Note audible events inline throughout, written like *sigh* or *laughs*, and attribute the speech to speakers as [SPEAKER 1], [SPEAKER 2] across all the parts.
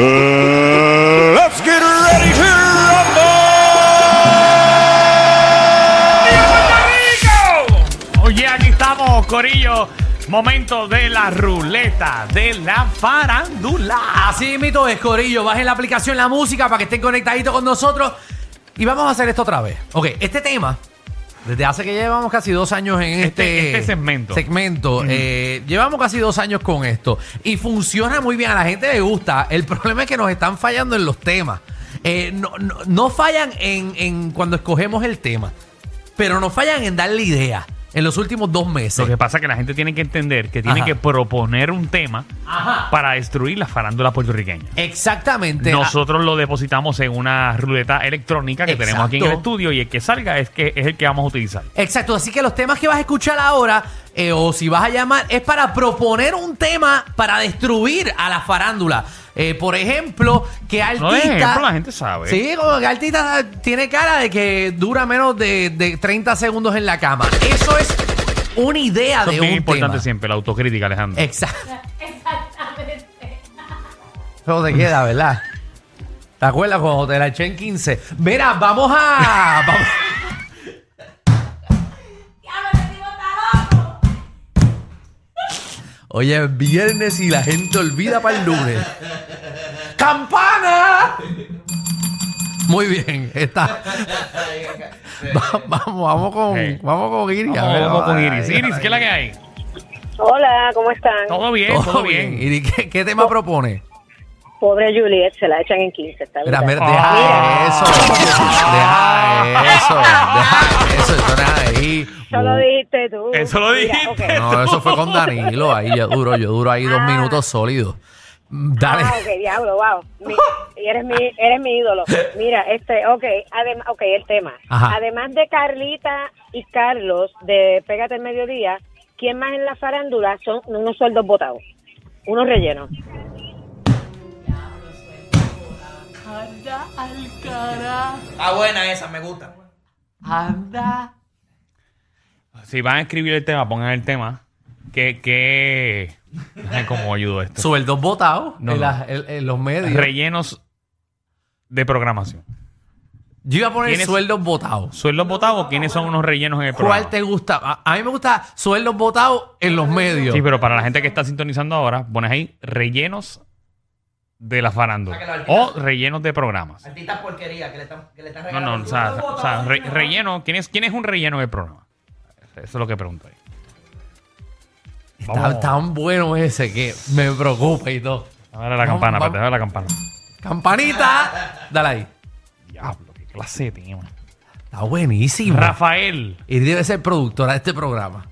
[SPEAKER 1] Uh, let's get ready to rumble.
[SPEAKER 2] Oye, aquí estamos, Corillo. Momento de la ruleta de la farándula.
[SPEAKER 3] Así mito es, Corillo. Bajen la aplicación La Música para que estén conectaditos con nosotros. Y vamos a hacer esto otra vez. Ok, este tema, desde hace que llevamos casi dos años en este,
[SPEAKER 2] Este- este segmento.
[SPEAKER 3] segmento, eh, llevamos casi dos años con esto. Y funciona muy bien, a la gente le gusta. El problema es que nos están fallando en los temas. Eh, no, no- no fallan en, en cuando escogemos el tema, pero nos fallan en darle idea en los últimos dos meses.
[SPEAKER 2] Lo que pasa es que la gente tiene que entender que tiene
[SPEAKER 3] Ajá.
[SPEAKER 2] que proponer un tema
[SPEAKER 3] Ajá.
[SPEAKER 2] para destruir la farándula puertorriqueña.
[SPEAKER 3] Exactamente. Ah,
[SPEAKER 2] Nosotros lo depositamos en una ruleta electrónica que tenemos aquí en el
[SPEAKER 3] Exacto.
[SPEAKER 2] estudio y el que salga es, que, es el que vamos a utilizar.
[SPEAKER 3] Exacto, así que los temas que vas a escuchar ahora eh, o si vas a llamar es para proponer un tema para destruir a la farándula. Eh, por ejemplo, que
[SPEAKER 2] No de
[SPEAKER 3] artista...
[SPEAKER 2] ejemplo, la gente sabe.
[SPEAKER 3] Sí, como que artista tiene cara de que dura menos de, de 30 segundos en la cama. Eso es una idea
[SPEAKER 2] Eso
[SPEAKER 3] de
[SPEAKER 2] es
[SPEAKER 3] un
[SPEAKER 2] bien importante
[SPEAKER 3] tema.
[SPEAKER 2] siempre, la autocrítica, Alejandro.
[SPEAKER 3] Exacto. Eso te queda, ¿verdad? ¿Te acuerdas cuando te la eché en 15? Mira, vamos a... vamos- Oye, es viernes y la gente olvida para el lunes. ¡Campana! Muy bien, está. Va- vamos, vamos con,
[SPEAKER 2] Sí.
[SPEAKER 3] vamos con Iris. a
[SPEAKER 2] Vamos,
[SPEAKER 3] ver,
[SPEAKER 2] vamos con
[SPEAKER 3] ay,
[SPEAKER 2] Iris.
[SPEAKER 3] ay,
[SPEAKER 2] Iris, ¿qué es la que hay?
[SPEAKER 4] Hola, ¿cómo están?
[SPEAKER 2] Todo bien,
[SPEAKER 3] Todo,
[SPEAKER 2] todo, bien.
[SPEAKER 3] bien. Iris, ¿qué, qué tema propone?
[SPEAKER 4] Pobre Juliet, se la echan en 15, está
[SPEAKER 3] Mira,
[SPEAKER 4] brutal.
[SPEAKER 3] mira,
[SPEAKER 2] Ah,
[SPEAKER 3] deja eso. Deja eso. Deja eso. Eso no es ahí.
[SPEAKER 4] Eso lo dijiste tú.
[SPEAKER 2] Eso lo dijiste.
[SPEAKER 4] ok.
[SPEAKER 3] Uh. No, eso fue con Danilo. Ahí yo duro, yo duro ahí dos minutos sólidos. Dale.
[SPEAKER 4] Ah, ok, diablo, wow. Mi- y eres mi, eres mi ídolo. Mira, este, ok, además, ok, el tema.
[SPEAKER 3] Ajá.
[SPEAKER 4] Además de Carlita y Carlos de Pégate el Mediodía, ¿quién más en la farándula son unos sueldos botados? Unos rellenos.
[SPEAKER 5] Está buena esa, me gusta.
[SPEAKER 2] Si van a escribir el tema, pongan el tema. ¿Qué? qué... Ay, ¿Cómo ayudo esto?
[SPEAKER 3] Sueldos botados
[SPEAKER 2] No,
[SPEAKER 3] en,
[SPEAKER 2] no.
[SPEAKER 3] las- en- en los medios.
[SPEAKER 2] Rellenos de programación.
[SPEAKER 3] Yo iba a poner
[SPEAKER 2] ¿Tienes-
[SPEAKER 3] sueldos botados.
[SPEAKER 2] ¿Sueldos votados? ¿Quiénes son unos rellenos en el programa?
[SPEAKER 3] ¿Cuál te gusta? A, a mí me gusta sueldos botados en los medios.
[SPEAKER 2] Sí, pero para la gente que está sintonizando ahora, pones ahí rellenos de la
[SPEAKER 5] O sea,
[SPEAKER 2] farándula.
[SPEAKER 5] que los
[SPEAKER 2] O
[SPEAKER 5] artistas-
[SPEAKER 2] rellenos de programas.
[SPEAKER 5] Artistas porquería que le están, que le están
[SPEAKER 2] No, no,
[SPEAKER 5] regalando.
[SPEAKER 2] o sea, o sea, re- relleno. ¿quién es, ¿Quién es un relleno del programa? Eso es lo que pregunto ahí.
[SPEAKER 3] Está tan bueno ese que me preocupa y todo.
[SPEAKER 2] Dame la
[SPEAKER 3] Vamos,
[SPEAKER 2] campana,
[SPEAKER 3] vamos.
[SPEAKER 2] espérate, dame la campana.
[SPEAKER 3] Campanita. Dale ahí.
[SPEAKER 2] Diablo, qué clase de tema.
[SPEAKER 3] Está buenísimo.
[SPEAKER 2] Rafael.
[SPEAKER 3] Y debe ser productora de este programa.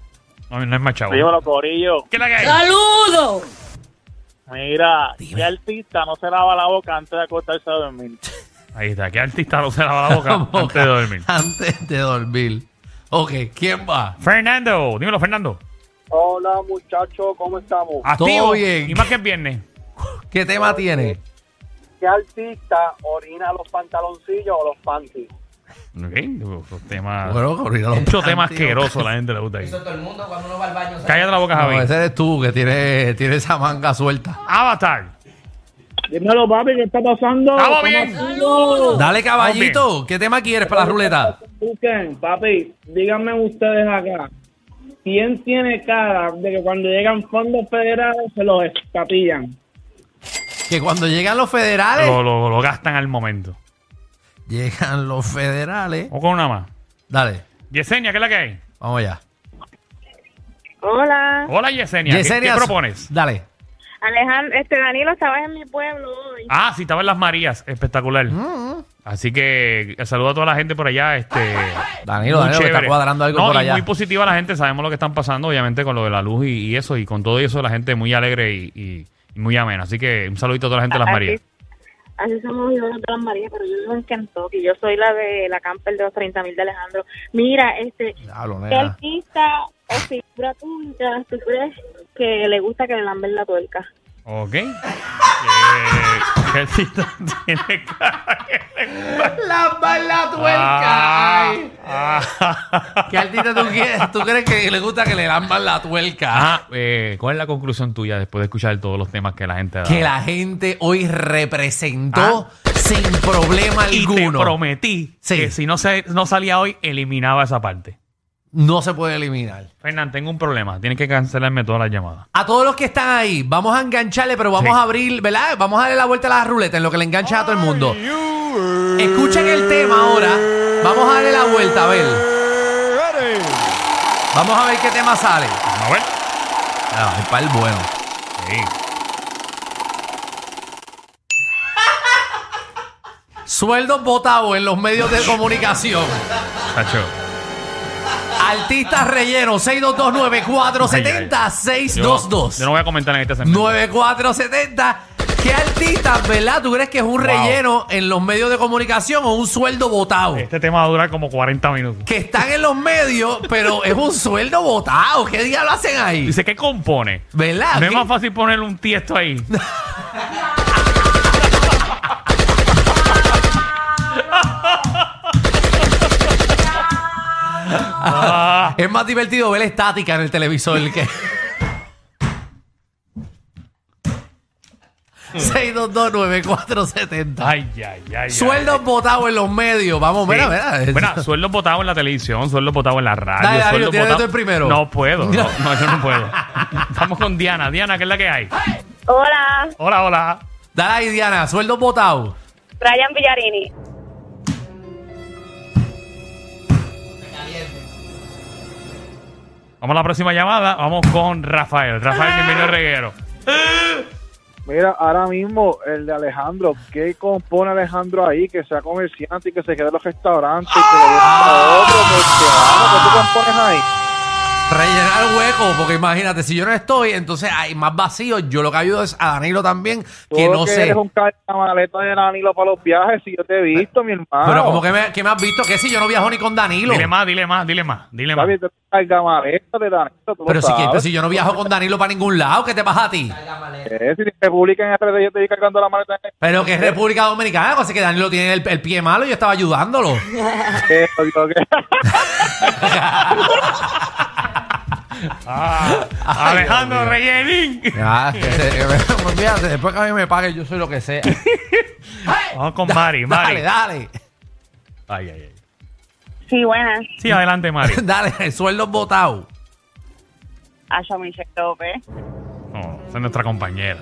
[SPEAKER 2] No, no es machado.
[SPEAKER 6] Dímelo, Corillo.
[SPEAKER 2] ¿Qué es la que hay?
[SPEAKER 7] ¡Saludo!
[SPEAKER 6] Mira,
[SPEAKER 3] Dime.
[SPEAKER 6] ¿qué artista no se lava la boca antes de acostarse a dormir?
[SPEAKER 2] Ahí está, ¿qué artista no se lava
[SPEAKER 3] *laughs*
[SPEAKER 2] la boca antes de dormir?
[SPEAKER 3] Antes de dormir. Ok, ¿quién va?
[SPEAKER 2] Fernando, dímelo, Fernando.
[SPEAKER 6] Hola, muchachos, ¿cómo estamos?
[SPEAKER 2] Activo.
[SPEAKER 3] bien.
[SPEAKER 2] Y más que es viernes.
[SPEAKER 3] ¿Qué tema tiene?
[SPEAKER 6] ¿Qué artista orina los pantaloncillos o los panties?
[SPEAKER 2] Ok, los temas.
[SPEAKER 3] Bueno, corrido los
[SPEAKER 2] Ah. mucho tema
[SPEAKER 3] panties.
[SPEAKER 2] asqueroso la gente le gusta ahí.
[SPEAKER 5] Eso todo el mundo cuando uno va al baño. ¿sabes?
[SPEAKER 2] Cállate la boca,
[SPEAKER 3] No,
[SPEAKER 2] Javi.
[SPEAKER 3] ese eres tú que tiene, tiene esa manga suelta.
[SPEAKER 2] Avatar.
[SPEAKER 6] Dímelo, papi, ¿qué está pasando?
[SPEAKER 2] ¡Estamos bien!
[SPEAKER 7] ¡Saludo!
[SPEAKER 3] Dale, caballito. ¿Qué tema quieres para la ruleta?
[SPEAKER 8] Busquen, papi, díganme ustedes acá. ¿Quién tiene cara de que cuando llegan fondos federales se los escapillan?
[SPEAKER 3] que cuando llegan los federales,
[SPEAKER 2] Lo, lo- lo gastan al momento.
[SPEAKER 3] llegan los federales.
[SPEAKER 2] O con una más.
[SPEAKER 3] Dale,
[SPEAKER 2] Yesenia, ¿qué es la que hay?
[SPEAKER 3] vamos allá.
[SPEAKER 4] Hola.
[SPEAKER 2] Hola, Yesenia. ¿Qué- ¿Qué,
[SPEAKER 3] Yesenia,
[SPEAKER 2] propones?
[SPEAKER 3] Dale.
[SPEAKER 4] Alejandro, este Danilo, estabas en mi pueblo hoy.
[SPEAKER 2] Ah, sí, estaba en Las Marías. Espectacular.
[SPEAKER 3] Mm.
[SPEAKER 2] Así que eh, saludo a toda la gente por allá. Este,
[SPEAKER 3] Danilo,
[SPEAKER 2] muy
[SPEAKER 3] Danilo, que está
[SPEAKER 2] chévere.
[SPEAKER 3] cuadrando algo
[SPEAKER 2] No,
[SPEAKER 3] por
[SPEAKER 2] y
[SPEAKER 3] allá.
[SPEAKER 2] muy positiva la gente. Sabemos lo que están pasando, obviamente, con lo de la luz y, y eso. Y con todo eso, la gente muy alegre y, y- y muy amena. Así que un saludito a toda la gente de Las Marías.
[SPEAKER 4] Así somos yo de las Marías, pero yo vivo en Kentucky. Yo soy la de la camper de los 30 mil de Alejandro. Mira, este,
[SPEAKER 3] Diablo,
[SPEAKER 4] ¿qué
[SPEAKER 3] nena.
[SPEAKER 4] artista o figura tuya tú crees que le gusta que le lamben la tuerca?
[SPEAKER 2] Ok. *laughs* Eh, ¿Qué artista tiene cara que le gusta?
[SPEAKER 3] La bala
[SPEAKER 2] Ah,
[SPEAKER 3] tuerca. Ay.
[SPEAKER 2] ah.
[SPEAKER 3] ¿Qué artista tú, quieres- tú crees que le gusta que le lamban la tuerca?
[SPEAKER 2] Ajá, eh, ¿Cuál es la conclusión tuya después de escuchar todos los temas que la gente ha dado?
[SPEAKER 3] Que la gente hoy representó sin problema
[SPEAKER 2] Ah. y te
[SPEAKER 3] alguno.
[SPEAKER 2] prometí
[SPEAKER 3] Sí.
[SPEAKER 2] que si no, se, no salía hoy, eliminaba esa parte.
[SPEAKER 3] No se puede eliminar.
[SPEAKER 2] Fernán, tengo un problema. Tienes que cancelarme todas las llamadas.
[SPEAKER 3] A todos los que están ahí, vamos a engancharle, pero vamos
[SPEAKER 2] Sí.
[SPEAKER 3] a abrir, ¿verdad? Vamos a darle la vuelta a la ruleta en lo que le engancha a todo el mundo. Escuchen el tema ahora. Vamos a darle la vuelta, a ver.
[SPEAKER 1] Ready.
[SPEAKER 3] Vamos a ver qué tema sale.
[SPEAKER 2] Vamos a ver.
[SPEAKER 3] Ah, es para el bueno.
[SPEAKER 2] Sí.
[SPEAKER 3] Sueldos botados en los medios de comunicación.
[SPEAKER 2] Sacho.
[SPEAKER 3] Artistas relleno, 6229470,
[SPEAKER 2] Yo,
[SPEAKER 3] 622.
[SPEAKER 2] yo no voy a comentar en este segmento.
[SPEAKER 3] 9470. ¿Qué artistas, verdad? ¿Tú crees que es un relleno en los medios de comunicación o un sueldo botado?
[SPEAKER 2] Este tema va a durar como 40 minutos.
[SPEAKER 3] Que están en los medios, pero es un sueldo botado. ¿Qué diablo hacen ahí?
[SPEAKER 2] Dice, ¿qué compone?
[SPEAKER 3] ¿Verdad?
[SPEAKER 2] No es
[SPEAKER 3] ¿Qué-
[SPEAKER 2] más fácil ponerle un tiesto ahí.
[SPEAKER 3] Es más divertido ver estática en el televisor
[SPEAKER 2] *laughs*
[SPEAKER 3] que. 6229470.
[SPEAKER 2] Ay, ay, ay, ay.
[SPEAKER 3] Sueldos botados en los medios. Vamos, mira, mira.
[SPEAKER 2] Mira, sueldo botado en la televisión, sueldo botado en la radio.
[SPEAKER 3] Dale, Darío,
[SPEAKER 2] sueldo
[SPEAKER 3] tírate
[SPEAKER 2] botado-
[SPEAKER 3] tú el primero.
[SPEAKER 2] No puedo, no,
[SPEAKER 3] *laughs*
[SPEAKER 2] no, yo no puedo. Vamos con Diana. Diana, ¿qué es la que hay?
[SPEAKER 4] Hola,
[SPEAKER 2] Hola, hola.
[SPEAKER 3] Dale ahí, Diana. Sueldos botados.
[SPEAKER 4] Brian Villarini.
[SPEAKER 2] Vamos a la próxima llamada. Vamos con Rafael. Rafael, bienvenido al reguero.
[SPEAKER 6] Mira, ahora mismo el de Alejandro, ¿qué compone Alejandro ahí? Que sea comerciante y que se quede en los restaurantes y que le dé a otro mexicano. ¿Qué tú compones ahí?
[SPEAKER 3] Rellenar hueco, porque imagínate, si yo no estoy, entonces hay más vacío. Yo lo que ayudo es a Danilo también,
[SPEAKER 6] Tú
[SPEAKER 3] que
[SPEAKER 6] lo
[SPEAKER 3] no
[SPEAKER 6] Oh, que
[SPEAKER 3] sé.
[SPEAKER 6] eres un maleta de Danilo para los viajes, si yo te he visto, mi hermano.
[SPEAKER 3] Pero como que me, que me has visto, que si yo no viajo ni con Danilo.
[SPEAKER 2] Dile más, dile más, dile más, dile más.
[SPEAKER 6] Está bien, tú eres un cargamaleta de Danilo, tú
[SPEAKER 3] Pero
[SPEAKER 6] lo
[SPEAKER 3] si, que- pero
[SPEAKER 6] sabes.
[SPEAKER 3] si yo no viajo con Danilo para ningún lado, ¿qué te pasa a ti?
[SPEAKER 6] Eh, Si te publican en redes, yo te voy cargando la maleta. en el-
[SPEAKER 3] Pero que es República Dominicana, cosa que Danilo tiene el, el pie malo y yo estaba ayudándolo.
[SPEAKER 2] *laughs*
[SPEAKER 6] Eh, yo digo que-
[SPEAKER 3] *laughs*
[SPEAKER 2] Ah, Alejandro Reyerín.
[SPEAKER 3] Ya, que se- que me- olvídate, después que a mí me paguen, yo soy lo
[SPEAKER 2] *laughs*
[SPEAKER 3] que sea.
[SPEAKER 2] Vamos con Mari, Mari.
[SPEAKER 3] Dale, dale.
[SPEAKER 2] Ay, ay, ay.
[SPEAKER 4] Sí, buenas.
[SPEAKER 2] Sí, adelante, Mari.
[SPEAKER 3] *laughs* Dale, sueldos botados.
[SPEAKER 4] Asha Michelle López.
[SPEAKER 2] No, esa es nuestra compañera.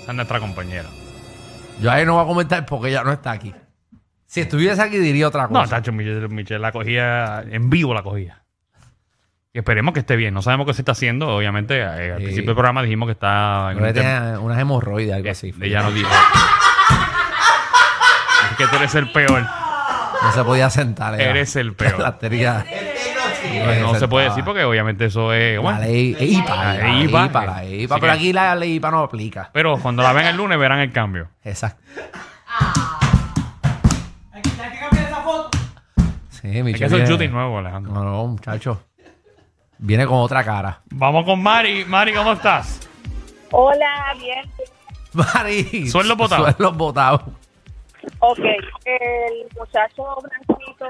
[SPEAKER 2] Esa es nuestra compañera.
[SPEAKER 3] Yo ahí no voy a comentar porque ella no está aquí. Si estuviese aquí diría otra cosa.
[SPEAKER 2] No, Tacho, Michelle, Michelle la cogía en vivo, la cogía. Y esperemos que esté bien. No sabemos qué se está haciendo. Obviamente, eh, al
[SPEAKER 3] Sí.
[SPEAKER 2] principio del programa dijimos que está en
[SPEAKER 3] Creo
[SPEAKER 2] un
[SPEAKER 3] que
[SPEAKER 2] inter-
[SPEAKER 3] tenía unas hemorroides, algo
[SPEAKER 2] Eh,
[SPEAKER 3] así.
[SPEAKER 2] Ella no dijo. es que tú eres el peor.
[SPEAKER 3] No se podía sentar. era.
[SPEAKER 2] Eres el peor.
[SPEAKER 3] *laughs* La teoría.
[SPEAKER 2] Pues no se puede decir porque obviamente eso es.
[SPEAKER 3] La
[SPEAKER 2] bueno.
[SPEAKER 3] ley es IPA.
[SPEAKER 2] La
[SPEAKER 3] La ley
[SPEAKER 2] IPA,
[SPEAKER 3] IPA, la
[SPEAKER 2] eh.
[SPEAKER 3] IPA.
[SPEAKER 2] Así
[SPEAKER 3] Pero
[SPEAKER 2] que-
[SPEAKER 3] aquí la ley IPA no aplica.
[SPEAKER 2] Pero cuando la ven el lunes verán el cambio.
[SPEAKER 3] Exacto.
[SPEAKER 5] Ah. Hay que hay que cambiar esa foto.
[SPEAKER 3] Sí,
[SPEAKER 2] Es
[SPEAKER 3] Michelle.
[SPEAKER 2] que eso es
[SPEAKER 3] viene-
[SPEAKER 2] Judy nuevo, Alejandro.
[SPEAKER 3] No, no, muchacho. Viene con otra cara. *laughs*
[SPEAKER 2] Vamos con Mari. Mari, ¿cómo estás?
[SPEAKER 4] Hola, bien.
[SPEAKER 3] Mari.
[SPEAKER 2] Sueldo botado.
[SPEAKER 3] Sueldo botado.
[SPEAKER 4] Ok, el muchacho blanquito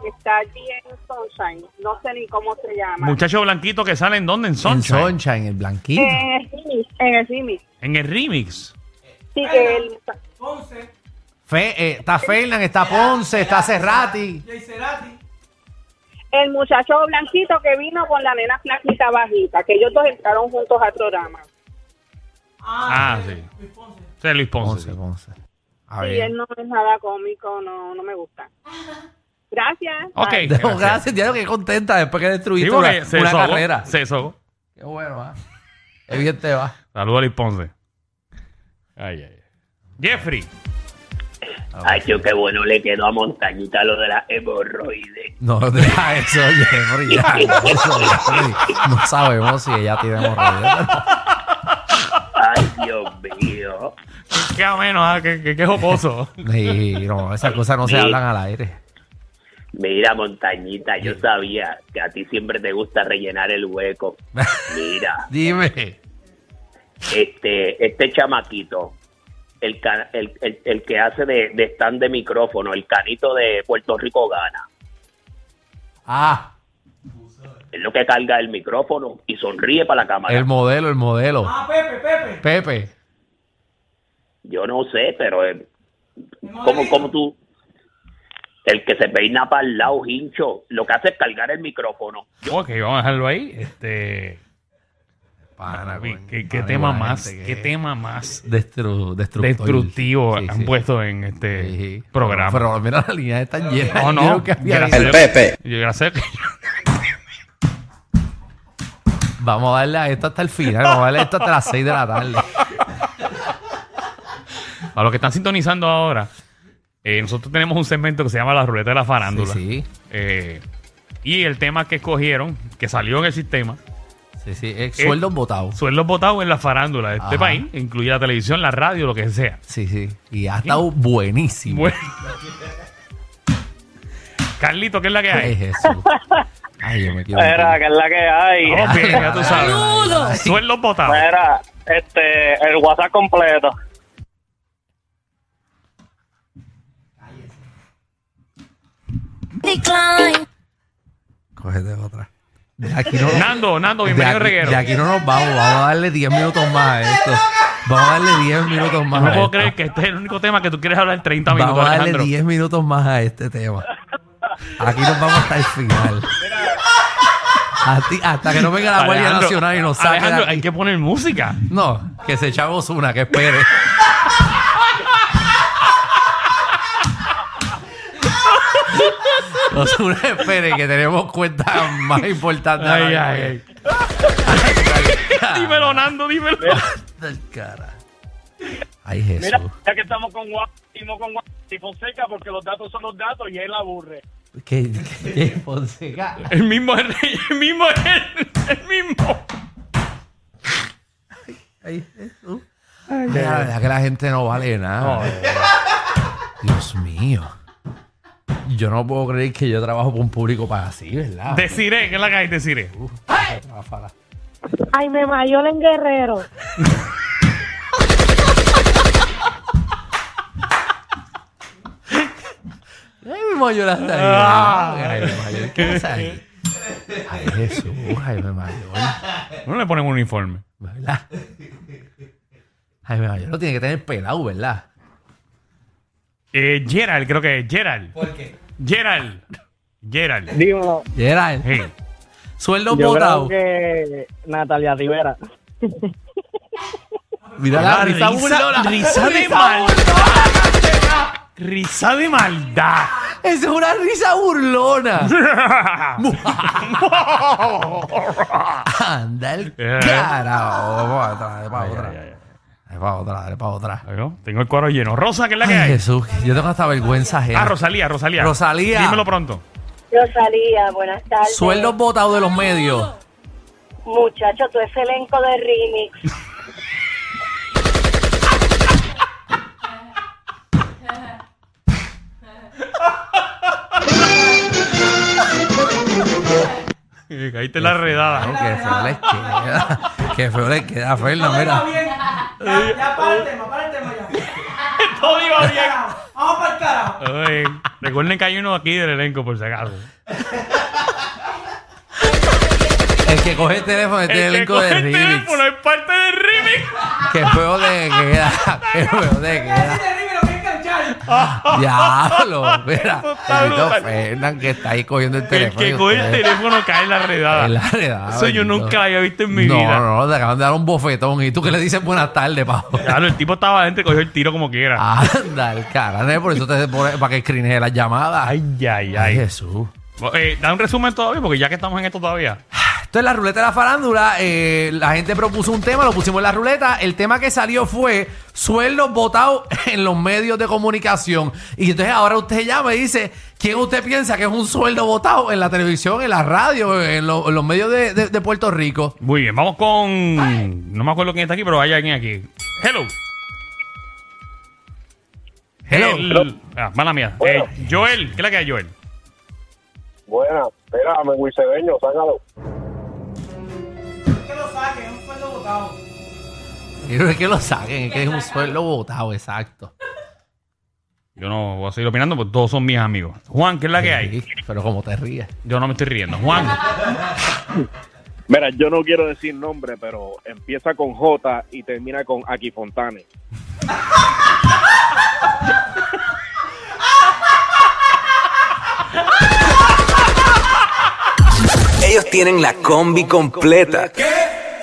[SPEAKER 4] que está allí en Sunshine, no sé ni cómo se llama.
[SPEAKER 2] Muchacho blanquito que sale en dónde? En
[SPEAKER 3] En
[SPEAKER 2] Sunshine.
[SPEAKER 3] Soncha, en el blanquito.
[SPEAKER 4] en el Simi, en el Simi.
[SPEAKER 2] En el remix.
[SPEAKER 4] Sí, que el muchacho-
[SPEAKER 5] Ponce,
[SPEAKER 3] Fe- eh, está Fernan, está Ponce, está Cerrati.
[SPEAKER 5] Jay Cerati.
[SPEAKER 4] el muchacho blanquito que vino con la nena flaquita bajita, que ellos dos entraron juntos al programa.
[SPEAKER 2] Ah, sí.
[SPEAKER 5] Ponce.
[SPEAKER 2] Ese es Luis Ponce. sí.
[SPEAKER 3] Ponce. Ah, A
[SPEAKER 4] Y él
[SPEAKER 3] ver.
[SPEAKER 4] no es nada cómico, no, no me gusta. Gracias.
[SPEAKER 2] Ok.
[SPEAKER 4] Bye.
[SPEAKER 3] No, gracias, Diablo, que contenta después que
[SPEAKER 2] Sí,
[SPEAKER 3] destruiste
[SPEAKER 2] porque
[SPEAKER 3] una,
[SPEAKER 2] se
[SPEAKER 3] una
[SPEAKER 2] desahogó,
[SPEAKER 3] carrera.
[SPEAKER 2] Se desahogó.
[SPEAKER 3] Qué bueno, va. Qué bien te va.
[SPEAKER 2] Saludos a Luis Ponce. Ay, ay. Jeffrey.
[SPEAKER 8] Hacho, qué bueno le quedó a Montañita lo de las hemorroides.
[SPEAKER 3] No, *laughs* deja eso, Jeffrey. ya, deja eso, Jeffrey. No sabemos si ella tiene hemorroides.
[SPEAKER 8] Ay, Dios mío.
[SPEAKER 2] Qué ameno, ah, qué, qué, qué
[SPEAKER 3] *laughs*
[SPEAKER 2] jocoso.
[SPEAKER 3] Sí, no, esas cosas no se
[SPEAKER 8] Sí.
[SPEAKER 3] hablan al aire.
[SPEAKER 8] Mira, Montañita, yo sabía que a ti siempre te gusta rellenar el hueco. Mira,
[SPEAKER 3] Dime.
[SPEAKER 8] este, este chamaquito, el, ca- el, el- el que hace de, de stand de micrófono, el canito de Puerto Rico gana.
[SPEAKER 3] Ah,
[SPEAKER 8] Es lo que carga *laughs* el micrófono y sonríe para la cámara.
[SPEAKER 3] el modelo, el modelo.
[SPEAKER 5] Ah, Pepe, Pepe.
[SPEAKER 3] Pepe.
[SPEAKER 8] Yo no sé, pero eh,
[SPEAKER 5] El
[SPEAKER 8] ¿cómo,
[SPEAKER 5] modelito.
[SPEAKER 8] cómo tú? El que se peina para el lado, hincho, lo que hace es cargar el micrófono.
[SPEAKER 2] Ok, vamos a dejarlo ahí. Este.
[SPEAKER 3] Pana,
[SPEAKER 2] Uy,
[SPEAKER 3] coño,
[SPEAKER 2] ¿Qué, qué
[SPEAKER 3] pana,
[SPEAKER 2] tema
[SPEAKER 3] Ah, igual,
[SPEAKER 2] más?
[SPEAKER 3] gente,
[SPEAKER 2] ¿Qué tema más
[SPEAKER 3] Destru, destructor.
[SPEAKER 2] destructivo
[SPEAKER 3] Sí,
[SPEAKER 2] han
[SPEAKER 3] sí.
[SPEAKER 2] puesto en este
[SPEAKER 3] Sí.
[SPEAKER 2] programa?
[SPEAKER 3] Pero, pero mira, las líneas están llenas.
[SPEAKER 2] No,
[SPEAKER 3] *laughs* Yo
[SPEAKER 2] no.
[SPEAKER 3] creo que había-
[SPEAKER 2] gracias-
[SPEAKER 7] Pepe.
[SPEAKER 2] yo- Gracias. *laughs*
[SPEAKER 3] Vamos a darle a esto hasta el final. Vamos a darle a esto hasta las 6 de la tarde.
[SPEAKER 2] Para los que están sintonizando ahora, eh, nosotros tenemos un segmento que se llama La Ruleta de la Farándula.
[SPEAKER 3] Sí, sí.
[SPEAKER 2] Eh, y el tema que escogieron, que salió en el sistema,
[SPEAKER 3] Sí, sí. eh, Sueldos votados.
[SPEAKER 2] sueldos votados en la farándula de este
[SPEAKER 3] Ajá.
[SPEAKER 2] país, incluye la televisión, la radio, lo que sea.
[SPEAKER 3] Sí, sí. Y ha estado buenísimo. *laughs*
[SPEAKER 2] Bueno. Carlito, ¿qué es la que
[SPEAKER 3] Ay,
[SPEAKER 2] hay?
[SPEAKER 3] Jesús. Ay, yo me quiero.
[SPEAKER 8] Era, que es la que hay.
[SPEAKER 2] Vamos bien, ya tú sabes. Sueldos votados.
[SPEAKER 8] Era, este, el WhatsApp completo.
[SPEAKER 3] Cógete otra. De aquí no,
[SPEAKER 2] Nando, Nando,
[SPEAKER 3] de
[SPEAKER 2] bienvenido
[SPEAKER 3] aquí,
[SPEAKER 2] al reguero.
[SPEAKER 3] de aquí no nos vamos. Vamos a darle 10 minutos más a esto. Vamos a darle 10 minutos más
[SPEAKER 2] No
[SPEAKER 3] a
[SPEAKER 2] puedo
[SPEAKER 3] esto.
[SPEAKER 2] creer que este es el único tema que tú quieres hablar en 30 minutos,
[SPEAKER 3] Vamos a darle
[SPEAKER 2] Alejandro.
[SPEAKER 3] 10 minutos más a este tema. Aquí nos vamos hasta el final. A ti- hasta que no venga la Guardia
[SPEAKER 2] Alejandro,
[SPEAKER 3] Nacional y nos saque de
[SPEAKER 2] Alejandro,
[SPEAKER 3] aquí.
[SPEAKER 2] hay que poner música.
[SPEAKER 3] No, que se echa una, que
[SPEAKER 2] *laughs*
[SPEAKER 3] espere. Osuna, espere, que tenemos cuentas más importantes.
[SPEAKER 2] Ay,
[SPEAKER 3] ahora
[SPEAKER 2] ay,
[SPEAKER 3] mismo.
[SPEAKER 2] ay. *laughs* dímelo, Nando, dímelo.
[SPEAKER 3] Del cara. Ay, Jesús.
[SPEAKER 8] ya que estamos con Guapo, con y Fonseca, porque los datos son los datos y él aburre.
[SPEAKER 3] ¿Qué, qué- qué, Fonseca?
[SPEAKER 2] El mismo es el, *laughs* el mismo es el, el mismo.
[SPEAKER 3] Ay, Jesús. Ay, la verdad que la gente no vale nada. Dios mío. Yo no puedo creer que yo trabajo con un público para así, ¿verdad?
[SPEAKER 2] Deciré, ¿qué es la que hay? Deciré.
[SPEAKER 3] Ráfaga.
[SPEAKER 4] Ay, me mayola en Guerrero.
[SPEAKER 3] Ay, mi mayor hasta ahí. Ay, mi mayor, ¿qué pasa ahí? Ah. Ay, Jesús, ay, mi mayor.
[SPEAKER 2] No le ponen un uniforme.
[SPEAKER 3] ¿Verdad? Ay, mi mayor lo tiene que tener pelado, ¿verdad?
[SPEAKER 2] Eh, Gerald, creo que es Gerald. ¿Por qué? Gerald. Gerald.
[SPEAKER 8] Digo,
[SPEAKER 3] Gerald,
[SPEAKER 2] Hey.
[SPEAKER 3] sueldo
[SPEAKER 8] yo
[SPEAKER 3] botado.
[SPEAKER 8] creo que Natalia Rivera.
[SPEAKER 3] Mira la risa burlona.
[SPEAKER 2] risa de maldad. Risa de maldad.
[SPEAKER 3] Es una
[SPEAKER 2] *laughs*
[SPEAKER 3] risa burlona. Anda el
[SPEAKER 2] Eh.
[SPEAKER 3] carajo. Vamos a otra, dale para
[SPEAKER 2] Ay,
[SPEAKER 3] otra.
[SPEAKER 2] ay, ay,
[SPEAKER 3] Dale para otra, dale para otra.
[SPEAKER 2] ay. Yo Tengo el cuadro lleno. Rosa, ¿qué es la que
[SPEAKER 3] Ay,
[SPEAKER 2] hay?
[SPEAKER 3] Jesús, yo tengo hasta vergüenza ajena.
[SPEAKER 2] Ah, Rosalía, Rosalía.
[SPEAKER 3] Rosalía.
[SPEAKER 2] Dímelo pronto.
[SPEAKER 4] Rosalía, buenas tardes.
[SPEAKER 3] Sueldos botados de los medios.
[SPEAKER 4] Muchacho, tú es elenco de remix.
[SPEAKER 2] Eh, Caíste en la redada.
[SPEAKER 3] Claro, que feo les queda. *laughs* Que feo les queda, Fernan, mira.
[SPEAKER 5] Está bien. Ya, ya para el tema, para el tema ya.
[SPEAKER 2] oh. *laughs* Todo iba bien.
[SPEAKER 5] Carajo, Vamos para el carajo.
[SPEAKER 2] Ay, recuerden que hay uno aquí del elenco, por si acaso.
[SPEAKER 3] El que coge el teléfono este es
[SPEAKER 2] que
[SPEAKER 3] el elenco
[SPEAKER 2] coge
[SPEAKER 3] de
[SPEAKER 2] el
[SPEAKER 3] Remix.
[SPEAKER 2] teléfono es parte de Remix.
[SPEAKER 3] Que feo de queda. Que feo de
[SPEAKER 5] ¿Qué
[SPEAKER 3] queda. *laughs*
[SPEAKER 5] decirle, River? Lo que enganchar.
[SPEAKER 3] Diablo, mira.
[SPEAKER 2] Eso está
[SPEAKER 3] Bendito
[SPEAKER 2] brutal.
[SPEAKER 3] Fernan que está ahí cogiendo el
[SPEAKER 2] El
[SPEAKER 3] teléfono.
[SPEAKER 2] que coge el teléfono cae en la redada.
[SPEAKER 3] En la redada,
[SPEAKER 2] Eso yo
[SPEAKER 3] bendito.
[SPEAKER 2] nunca había visto en mi
[SPEAKER 3] no,
[SPEAKER 2] vida.
[SPEAKER 3] No, no, te acaban de dar un bofetón. ¿Y tú que le dices buenas tardes,
[SPEAKER 2] *laughs*
[SPEAKER 3] pavo?
[SPEAKER 2] Claro, el tipo estaba adentro y cogió el tiro como quiera.
[SPEAKER 3] Anda, el cara, ¿no? por eso te pones para que escrines las llamadas.
[SPEAKER 2] Ay, ay,
[SPEAKER 3] Ay,
[SPEAKER 2] ay.
[SPEAKER 3] Jesús.
[SPEAKER 2] Eh, da un resumen todavía, porque ya que estamos en esto todavía.
[SPEAKER 3] Entonces, la ruleta de la farándula, eh, la gente propuso un tema, lo pusimos en la ruleta. El tema que salió fue sueldos votados *laughs* en los medios de comunicación. Y entonces ahora usted llama y dice, ¿quién usted piensa que es un sueldo votado en la televisión, en la radio, en, lo- en los medios de, de- de Puerto Rico?
[SPEAKER 2] Muy bien, vamos con. No me acuerdo quién está aquí, pero hay alguien aquí. Hello.
[SPEAKER 3] Hello.
[SPEAKER 2] El- Ah, mala mía.
[SPEAKER 6] Bueno.
[SPEAKER 2] Eh, Joel, ¿qué es la que hay, Joel?
[SPEAKER 6] Buena, espérame, Wisedeño, sácalo.
[SPEAKER 5] Que lo saquen, es un sueldo botado.
[SPEAKER 3] Yo creo que lo saquen, es que es un sueldo votado, exacto.
[SPEAKER 2] Yo no voy a seguir opinando porque todos son mis amigos. Juan, ¿qué es la que hay?
[SPEAKER 3] Sí, Pero como te ríes.
[SPEAKER 2] Yo no me estoy riendo. Juan,
[SPEAKER 6] Mira, yo no quiero decir nombre, pero empieza con J y termina con Aki Fontane.
[SPEAKER 7] Ellos tienen la combi completa.